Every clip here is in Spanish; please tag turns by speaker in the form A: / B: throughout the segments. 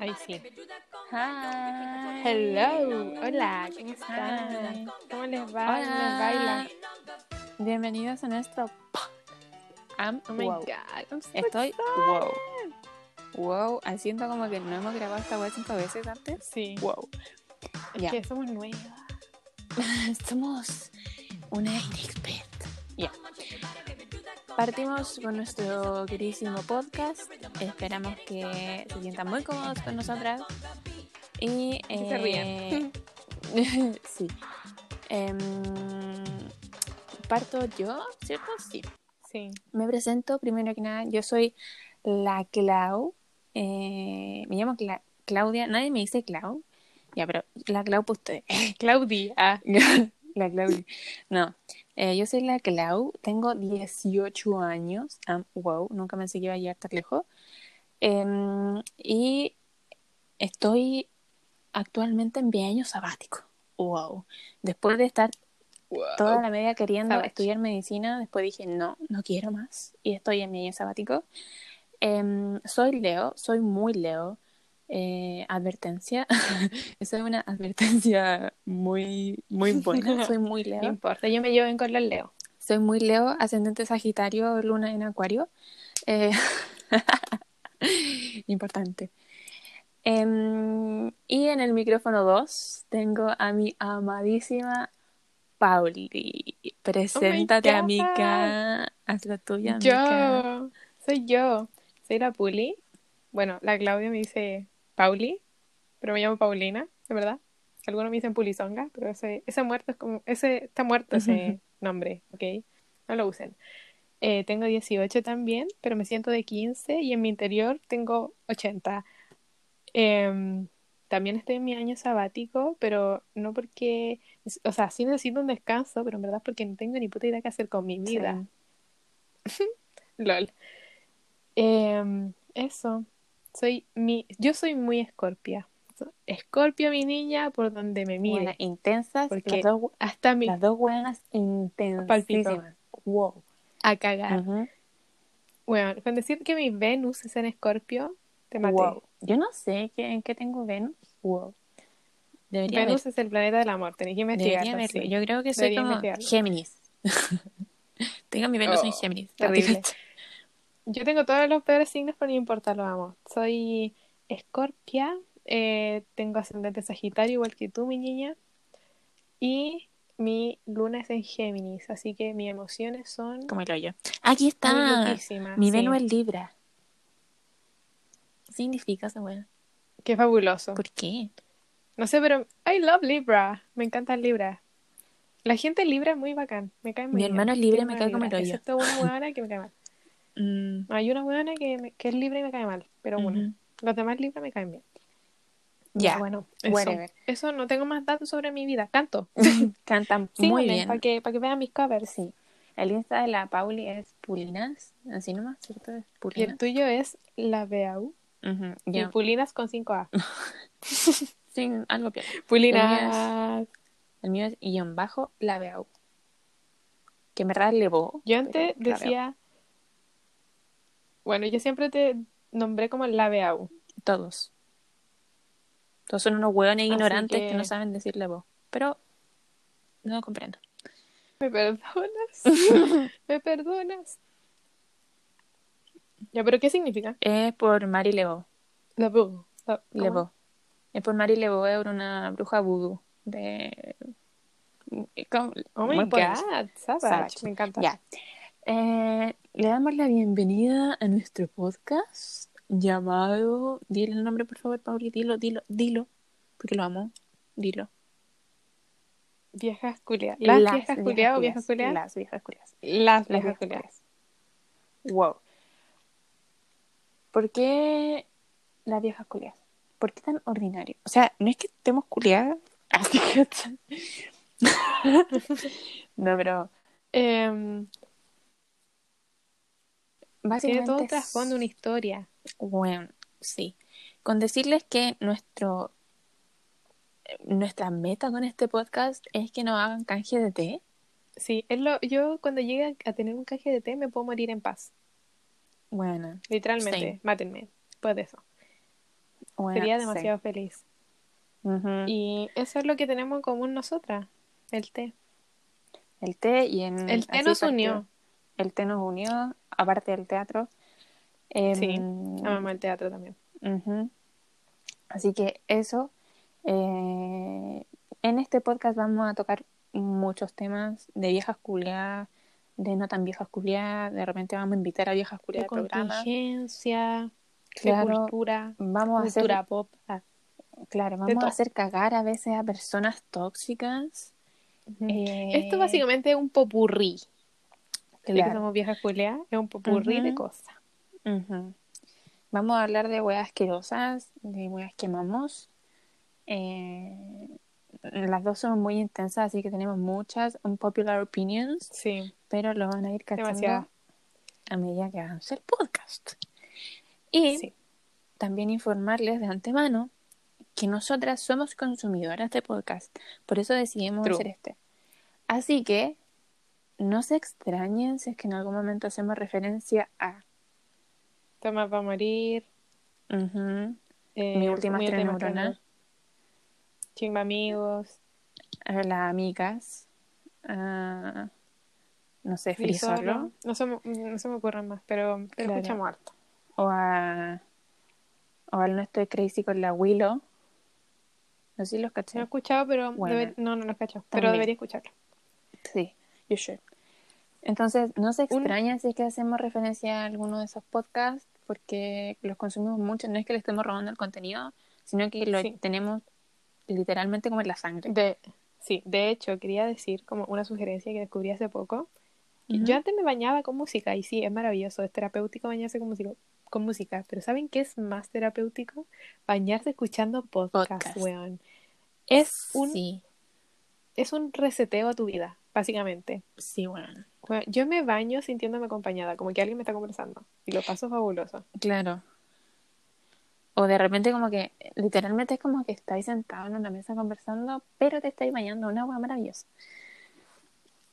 A: Ahí sí.
B: Hi.
A: Hello, hola, ¿cómo
B: Hi.
A: están? ¿Cómo les va? ¿Cómo les
B: Hola.
A: baila? Bienvenidos a nuestro
B: I'm- oh my
A: Wow.
B: god. I'm so
A: Estoy
B: excited.
A: wow. Wow, haciendo como que no hemos grabado esta web cinco veces antes.
B: Sí.
A: Wow.
B: Es
A: Ya.
B: que somos nuevas.
A: Somos una inexperta. Ya. Partimos con nuestro queridísimo podcast. Esperamos que se sientan muy cómodos con nosotras. Y
B: Que se rían.
A: eh, sí. Em, parto yo, ¿cierto? Sí.
B: Sí.
A: Me presento primero que nada. Yo soy la Clau. Eh, me llamo Cla- Claudia. Nadie me dice Clau. Ya, pero la Clau pues, para ustedes.
B: Claudia.
A: la Clau. No. Eh, yo soy la Clau. Tengo 18 años. Am- wow, nunca pensé que iba a llegar tan lejos. Em, y estoy actualmente en mi año sabático. Wow. Después de estar toda la media queriendo
B: Sabache.
A: estudiar medicina, después dije, no, no quiero más. Y estoy en mi año sabático. Em, soy Leo, soy muy Leo. Eh, advertencia. Esa es una advertencia muy, muy buena. Soy muy
B: No
A: Leo.
B: importa, yo me llevo bien con los Leo.
A: Soy muy Leo, ascendente Sagitario, luna en Acuario. Eh, importante. Em, y en el micrófono 2 tengo a mi amadísima Pauli. Preséntate,
B: God.
A: amiga. Haz la tuya, amiga.
B: Yo. Soy yo. Soy la Puli. Bueno, la Claudia me dice Pauli, pero me llamo Paulina, de verdad. Algunos me dicen Pulizonga, pero ese, ese muerto es como, ese está muerto ese nombre, ¿ok? No lo usen. Eh, tengo 18 también, pero me siento de 15 y en mi interior tengo 80. Em, también estoy en mi año sabático, pero no porque, o sea, sí necesito un descanso, pero en verdad es porque no tengo ni puta idea qué hacer con mi vida. LOL. Em, eso. Soy mi, yo soy muy escorpia. So- Escorpio, mi niña, por donde me mire.
A: Buenas, intensas.
B: porque
A: las dos,
B: hasta mi...
A: las dos buenas intensísimas. Wow.
B: A cagar.
A: Ujú.
B: Bueno, con decir que mi Venus es en escorpio, te maté.
A: Wow. Yo no sé qué, en qué tengo Venus. Wow. Debería
B: Venus es el planeta del amor, tenéis que
A: ver- debería
B: investigarlo.
A: verlo.
B: sí.
A: Yo creo que soy
B: Debería
A: como
B: investigarlo.
A: Géminis. tengo mi Venus en
B: Oh,
A: Géminis.
B: terrible. Yo tengo todos los peores signos, pero no importa, los amo. Soy escorpia, eh, tengo ascendente sagitario, igual que tú, mi niña. Y mi luna es en Géminis, así que mis emociones son
A: Como el hoyo. Aquí
B: muy
A: está.
B: loquísimas.
A: Ah, Mi
B: sí.
A: Venus es Libra. ¿Qué significa esa weá?
B: Qué fabuloso.
A: ¿Por qué?
B: No sé, pero I love Libra. Me encanta Libra. La gente Libra es muy bacán. Me cae muy
A: Mi
B: bien.
A: hermano es Libra
B: Tiene
A: y me
B: una
A: cae como el
B: vibra,
A: hoyo.
B: Excepto una huevona que me cae mal.
A: Mm,
B: No, hay una huevona que, me- que es Libra y me cae mal, pero una.
A: ujú.
B: Los demás Libra me caen bien.
A: Ya.
B: bueno, eso.
A: whatever.
B: Eso no tengo más datos sobre mi vida. Canto.
A: Cantan muy
B: Síganme
A: bien.
B: para que, pa' que vean mis covers.
A: Sí. El insta de la Pauli es Pulinas. Así nomás, ¿cierto? Es
B: Y el
A: Pulinas.
B: tuyo es la BAU.
A: Ujú,
B: Y
A: Ya.
B: Pulinas con 5A.
A: Sí, algo peor.
B: Pulinas.
A: El mío es guión bajo la veo. Que en verdad elevó.
B: Yo antes
A: pero Eh, la veo.
B: decía. Bueno, yo siempre te nombré como la BAU.
A: Todos. Todos son unos hueones
B: Así
A: ignorantes que...
B: que-
A: no saben decir levo. Pero no comprendo.
B: ¿Me perdonas? ¿Me perdonas? Ya, pero ¿qué significa?
A: Es por Mari Levo.
B: La BAU. La- ¿cómo?
A: Levo. Es por Mari Levo, es una bruja vudú. De. con-
B: Oh my
A: muy poderosa.
B: god, Savage.
A: Savage.
B: Me encanta.
A: Ya. Eh, le damos la bienvenida a nuestro podcast llamado. Dile el nombre, por favor, Pauli. Dilo, dilo, dilo. Porque lo amo. Dilo.
B: Viejas culiadas. Las, viejas culiadas o viejas culiadas.
A: Las viejas culiadas.
B: Las
A: Las viejas
B: viejas culiadas.
A: culiadas. Wow. ¿Por qué las viejas culiadas? ¿Por qué tan ordinario? O sea, no es que estemos culiadas. Así que. no, pero.
B: Em, tiene
A: Básicamente.
B: todo un
A: es-
B: trasfondo, una historia.
A: Bueno, sí. Con decirles que nuestro nuestra meta con este podcast es que nos hagan canje de té.
B: Sí, es lo, yo cuando llegue a tener un canje de té me puedo morir en paz.
A: Bueno,
B: Literalmente,
A: Same.
B: mátenme. Pues de eso.
A: Bueno,
B: Sería
A: sí.
B: demasiado feliz.
A: Ujú.
B: Y eso es lo que tenemos en común nosotras, el té.
A: El té y en...
B: El té
A: Mm, así
B: nos
A: partió.
B: unió.
A: El té nos unió, aparte del teatro. Em,
B: Sí, Amamos el Ah, teatro también.
A: ujú. Así que eso. eh, en este podcast vamos a tocar muchos temas de viejas culiadas, de no tan viejas culiadas. De repente vamos a invitar a viejas
B: De
A: culiadas al programa.
B: contingencia, de
A: Claro,
B: cultura,
A: vamos a hacer,
B: cultura pop. Ah,
A: claro,
B: de
A: vamos
B: todo.
A: a hacer cagar a veces a personas tóxicas.
B: Ujú. Mm. Esto
A: Eh,
B: básicamente es un popurrí. De que
A: claro.
B: somos viejas culeas, es un popurrí de
A: Ujú.
B: cosas.
A: Ujú. Vamos a hablar de weas asquerosas, de weas que amamos. Eh, las dos son muy intensas, así que tenemos muchas unpopular opinions,
B: Sí,
A: pero lo van a ir
B: demasiado.
A: cachando a medida que hagamos el podcast. Y
B: Sí.
A: también informarles de antemano que nosotras somos consumidoras de podcast, por eso decidimos
B: True.
A: hacer este. Así que no se extrañen si es que en algún momento hacemos referencia a
B: Tomás va a morir.
A: ujú,
B: Eh,
A: mi última
B: mi última
A: astroneurona,
B: Chimba amigos.
A: a las amigas, a, no sé,
B: Free
A: Frisolo,
B: Solo. No se, me- no se me ocurren más, pero, pero
A: Claro.
B: escuchamos harto.
A: o a, o al No Estoy Crazy con la Willow. No sé si los
B: No he
A: caché.
B: escuchado, pero
A: Bueno,
B: debe- no, no lo cacho. Pero
A: también.
B: debería escucharlo.
A: sí, you should. Entonces, no se
B: Un-
A: extrañen si es que hacemos referencia a alguno de esos podcasts, porque los consumimos mucho. No es que le estemos robando el contenido, sino que lo
B: Sí.
A: tenemos literalmente como en la sangre.
B: De, sí, de hecho, quería decir como una sugerencia que descubrí hace poco. que
A: Ujú.
B: Yo antes me bañaba con música y sí, es maravilloso, es terapéutico bañarse con música, con música, pero ¿saben qué es más terapéutico? Bañarse escuchando podcast,
A: Podcast.
B: weón. Es un,
A: Sí,
B: es un reseteo a tu vida, básicamente.
A: sí, bueno.
B: Weón, yo me baño sintiéndome acompañada, como que alguien me está conversando y lo paso fabuloso.
A: Claro. O de repente como que, literalmente es como que estáis sentados en una mesa conversando, pero te estáis bañando una agua maravillosa.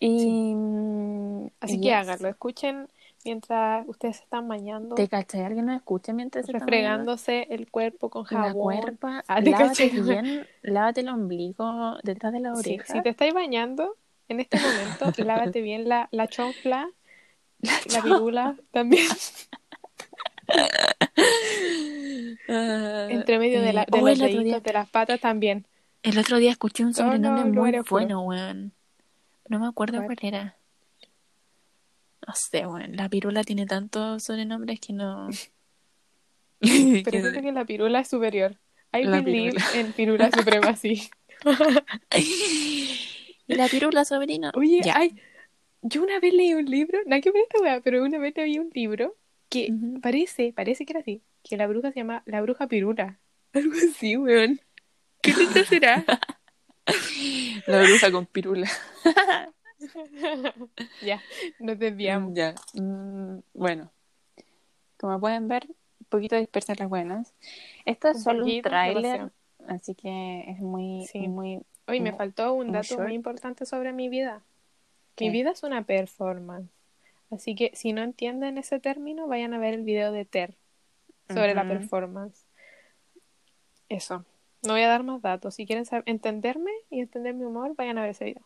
B: Sí.
A: Y, mm,
B: Así
A: y
B: que
A: eso.
B: háganlo, escuchen mientras ustedes se están bañando,
A: ¿Te cachai? ¿Alguien nos escucha mientras se está bañando?
B: refregándose el cuerpo con
A: La
B: jabón.
A: cuerpa,
B: Ah, ¿te
A: lávate
B: cachai?
A: bien, lávate el ombligo detrás de la
B: Sí, si
A: oreja.
B: te estáis bañando, en este momento lávate bien la, la chonfla,
A: La
B: la
A: cho-
B: pirula también,
A: Ah,
B: entre medio de,
A: eh,
B: la- de
A: oh,
B: los
A: el otro día,
B: deditos, Oh, de las patas también.
A: el otro día escuché un
B: Todos
A: sobrenombre
B: los
A: muy
B: lugares oscuros.
A: bueno, weón. No me acuerdo
B: ¿Cuál?
A: cuál era. No sé, weón. La pirula tiene tantos sobrenombres que no.
B: Pero siento que la pirula es superior. I
A: La pirula.
B: believe en pirula supremacy.
A: Y la pirula, sobrino.
B: Oye,
A: Ya.
B: ay, yo una vez leí un libro, nada que ver esta weá, pero una vez leí un libro que
A: Ujú.
B: parece, parece que era así, que la bruja se llama la bruja pirula. Algo así, weón. ¿Qué letra será?
A: La bruja con pirula.
B: Ya, nos
A: Mm,
B: desviamos.
A: Ya. Mm, bueno, como pueden ver, un poquito dispersas las buenas. Esto es
B: Un
A: solo un
B: poquito,
A: tráiler,
B: demasiado.
A: así que es muy,
B: Sí.
A: muy,
B: Oye, me
A: muy,
B: faltó un
A: muy
B: dato muy
A: short.
B: importante sobre mi vida. Mi
A: ¿Qué?
B: vida es una performance. Así que si no entienden ese término, vayan a ver el video de Ter sobre la
A: Ujú.
B: performance. Eso. No voy a dar más datos. Si quieren sab- entenderme y entender mi humor, vayan a ver ese video.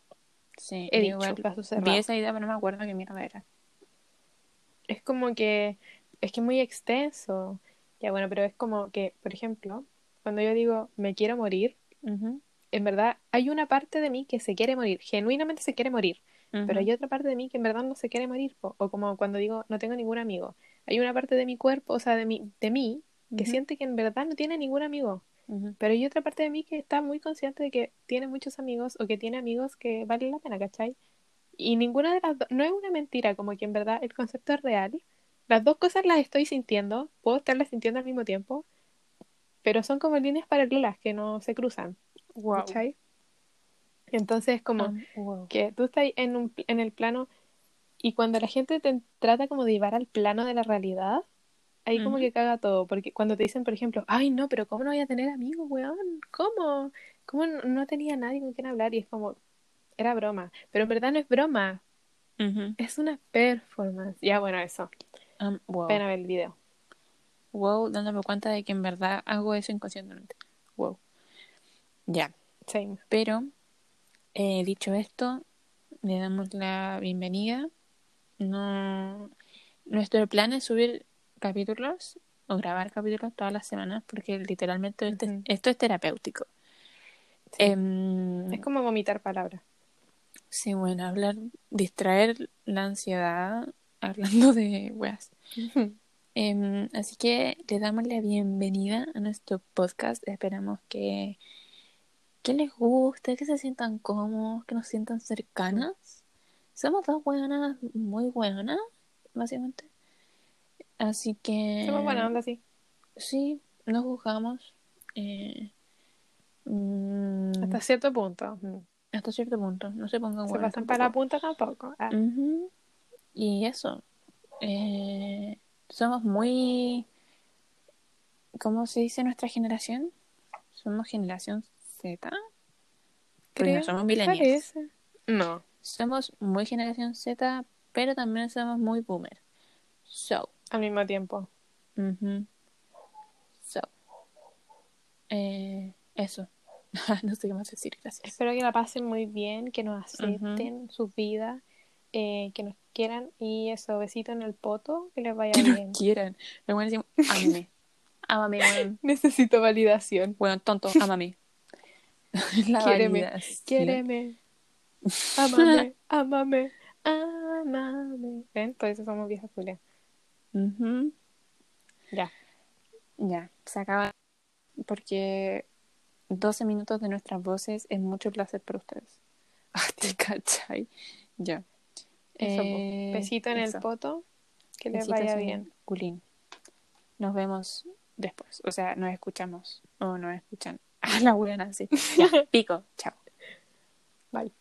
A: Sí,
B: He
A: yo
B: dicho,
A: igual
B: caso
A: vi
B: cerrado.
A: esa idea, pero no me acuerdo qué mierda era.
B: Es como que, es que es muy extenso. Ya bueno, pero es como que, por ejemplo, cuando yo digo me quiero morir,
A: Ujú,
B: en verdad hay una parte de mí que se quiere morir, genuinamente se quiere morir, pero
A: ujú.
B: hay otra parte de mí que en verdad no se quiere morir, po. o como cuando digo no tengo ningún amigo, hay una parte de mi cuerpo, o sea, de mi, de mí, que
A: Ujú,
B: siente que en verdad no tiene ningún amigo,
A: ujú.
B: pero hay otra parte de mí que está muy consciente de que tiene muchos amigos o que tiene amigos que valen la pena, ¿cachai? Y ninguna de las dos, no es una mentira, como que en verdad el concepto es real, las dos cosas las estoy sintiendo, puedo estarlas sintiendo al mismo tiempo, pero son como líneas paralelas que no se cruzan,
A: Wow.
B: ¿cachai? Entonces, como
A: Um, wow.
B: que tú estás en, un, en el plano y cuando la gente te trata como de llevar al plano de la realidad, ahí como
A: Ujú.
B: que caga todo, porque cuando te dicen, por ejemplo, ay no, pero ¿cómo no voy a tener amigos, weón? ¿Cómo? ¿Cómo no, no tenía nadie con quien hablar? Y es como, era broma, pero en verdad no es broma,
A: Ujú.
B: es una performance. Ya bueno, eso,
A: Um, wow.
B: vayan a ver el video.
A: wow, dándome cuenta de que en verdad hago eso inconscientemente. Wow. Ya,
B: Same.
A: pero eh, dicho esto, le damos la bienvenida. No, nuestro plan es subir capítulos o grabar capítulos todas las semanas porque literalmente este-
B: Ujú.
A: esto es terapéutico.
B: Sí.
A: Em,
B: Es como vomitar palabras.
A: Sí, bueno, hablar, distraer la ansiedad hablando de weas. Em, así que le damos la bienvenida a nuestro podcast. Esperamos que, que les guste, que se sientan cómodos, que nos sientan cercanas. Somos dos weonas muy weonas, básicamente. Así que.
B: Somos buena onda, sí.
A: Sí, nos juzgamos. eh, mm,
B: Hasta
A: hasta,
B: cierto punto. Mm.
A: cierto punto. No se pongan
B: Se
A: weonas
B: pasan para la
A: tampoco.
B: punta tampoco. Ah,
A: Ujú. Y eso. eh, somos muy. ¿Cómo se dice nuestra generación? Somos generación Z. Porque no
B: creo.
A: somos millennials.
B: Parece. No.
A: Somos muy generación Z, pero también somos muy boomer. So.
B: Al mismo tiempo.
A: ujú, So. eh, eso. no sé qué más decir, gracias.
B: Espero que la pasen muy bien, que nos
A: Ujú.
B: acepten sus vidas, eh, que nos quieran y eso, besito en el poto, que les vaya bien.
A: Quieran. Lo bueno decimos, ámame. Ámame, weón.
B: Necesito validación.
A: Weón, tonto, ámame. La
B: Quiéreme,
A: validación.
B: quiéreme, amame, amame, amame. ¿Ven? Por eso somos viejas culias.
A: Ujú.
B: Ya.
A: Ya, se acaba. Porque 12 minutos de nuestras voces es mucho placer para ustedes. Ah, ¿Te cachai? Ya.
B: Eso, po.
A: Eh,
B: Besito en el
A: eso.
B: poto, que les
A: Besitos
B: vaya
A: en
B: bien.
A: el culín. Nos vemos después. O sea, nos escuchamos. O nos escuchan. Ah, la buena, sí. Ya, pico. Chao.
B: Bye.